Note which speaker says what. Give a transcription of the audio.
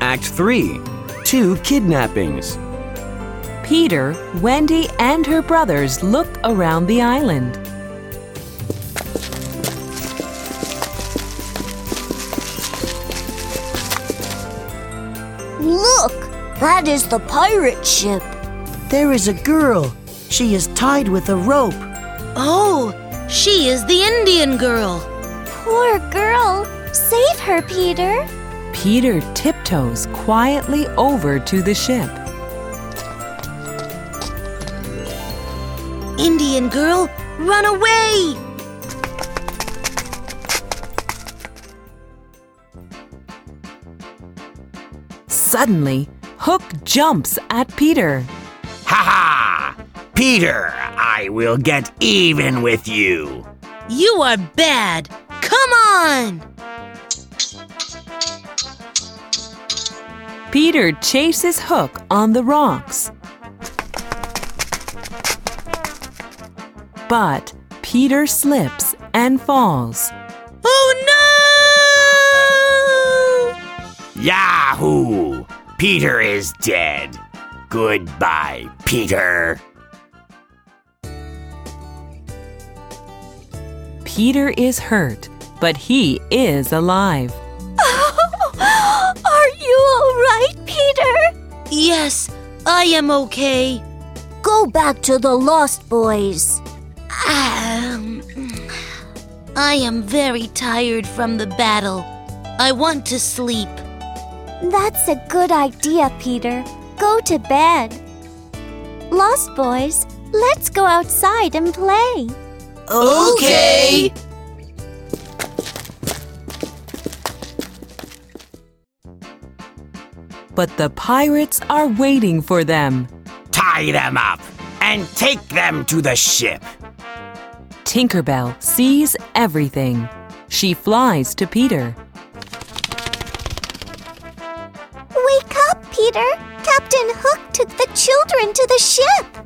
Speaker 1: Act 3 Two Kidnappings.
Speaker 2: Peter, Wendy, and her brothers look around the island.
Speaker 3: Look, that is the pirate ship.
Speaker 4: There is a girl. She is tied with a rope.
Speaker 5: Oh, she is the Indian girl.
Speaker 3: Poor girl. Save her, Peter.
Speaker 2: Peter tiptoes quietly over to the ship.
Speaker 5: Indian girl, run away!
Speaker 2: Suddenly, Hook jumps at Peter.
Speaker 1: Ha ha! Peter, I will get even with you.
Speaker 5: You are bad. Come on!
Speaker 2: Peter chases Hook on the rocks. But Peter slips and falls.
Speaker 5: Oh no!
Speaker 1: Yahoo! Peter is dead. Goodbye, Peter.
Speaker 2: Peter is hurt, but he is alive.
Speaker 3: Are you all right, Peter?
Speaker 5: Yes, I am okay.
Speaker 3: Go back to the Lost Boys.
Speaker 5: Um, I am very tired from the battle. I want to sleep.
Speaker 3: That's a good idea, Peter. Go to bed. Lost Boys, let's go outside and play.
Speaker 5: Okay.
Speaker 2: But the pirates are waiting for them.
Speaker 1: Tie them up and take them to the ship.
Speaker 2: Tinkerbell sees everything. She flies to Peter.
Speaker 3: Wake up, Peter. Captain Hook took the children to the ship.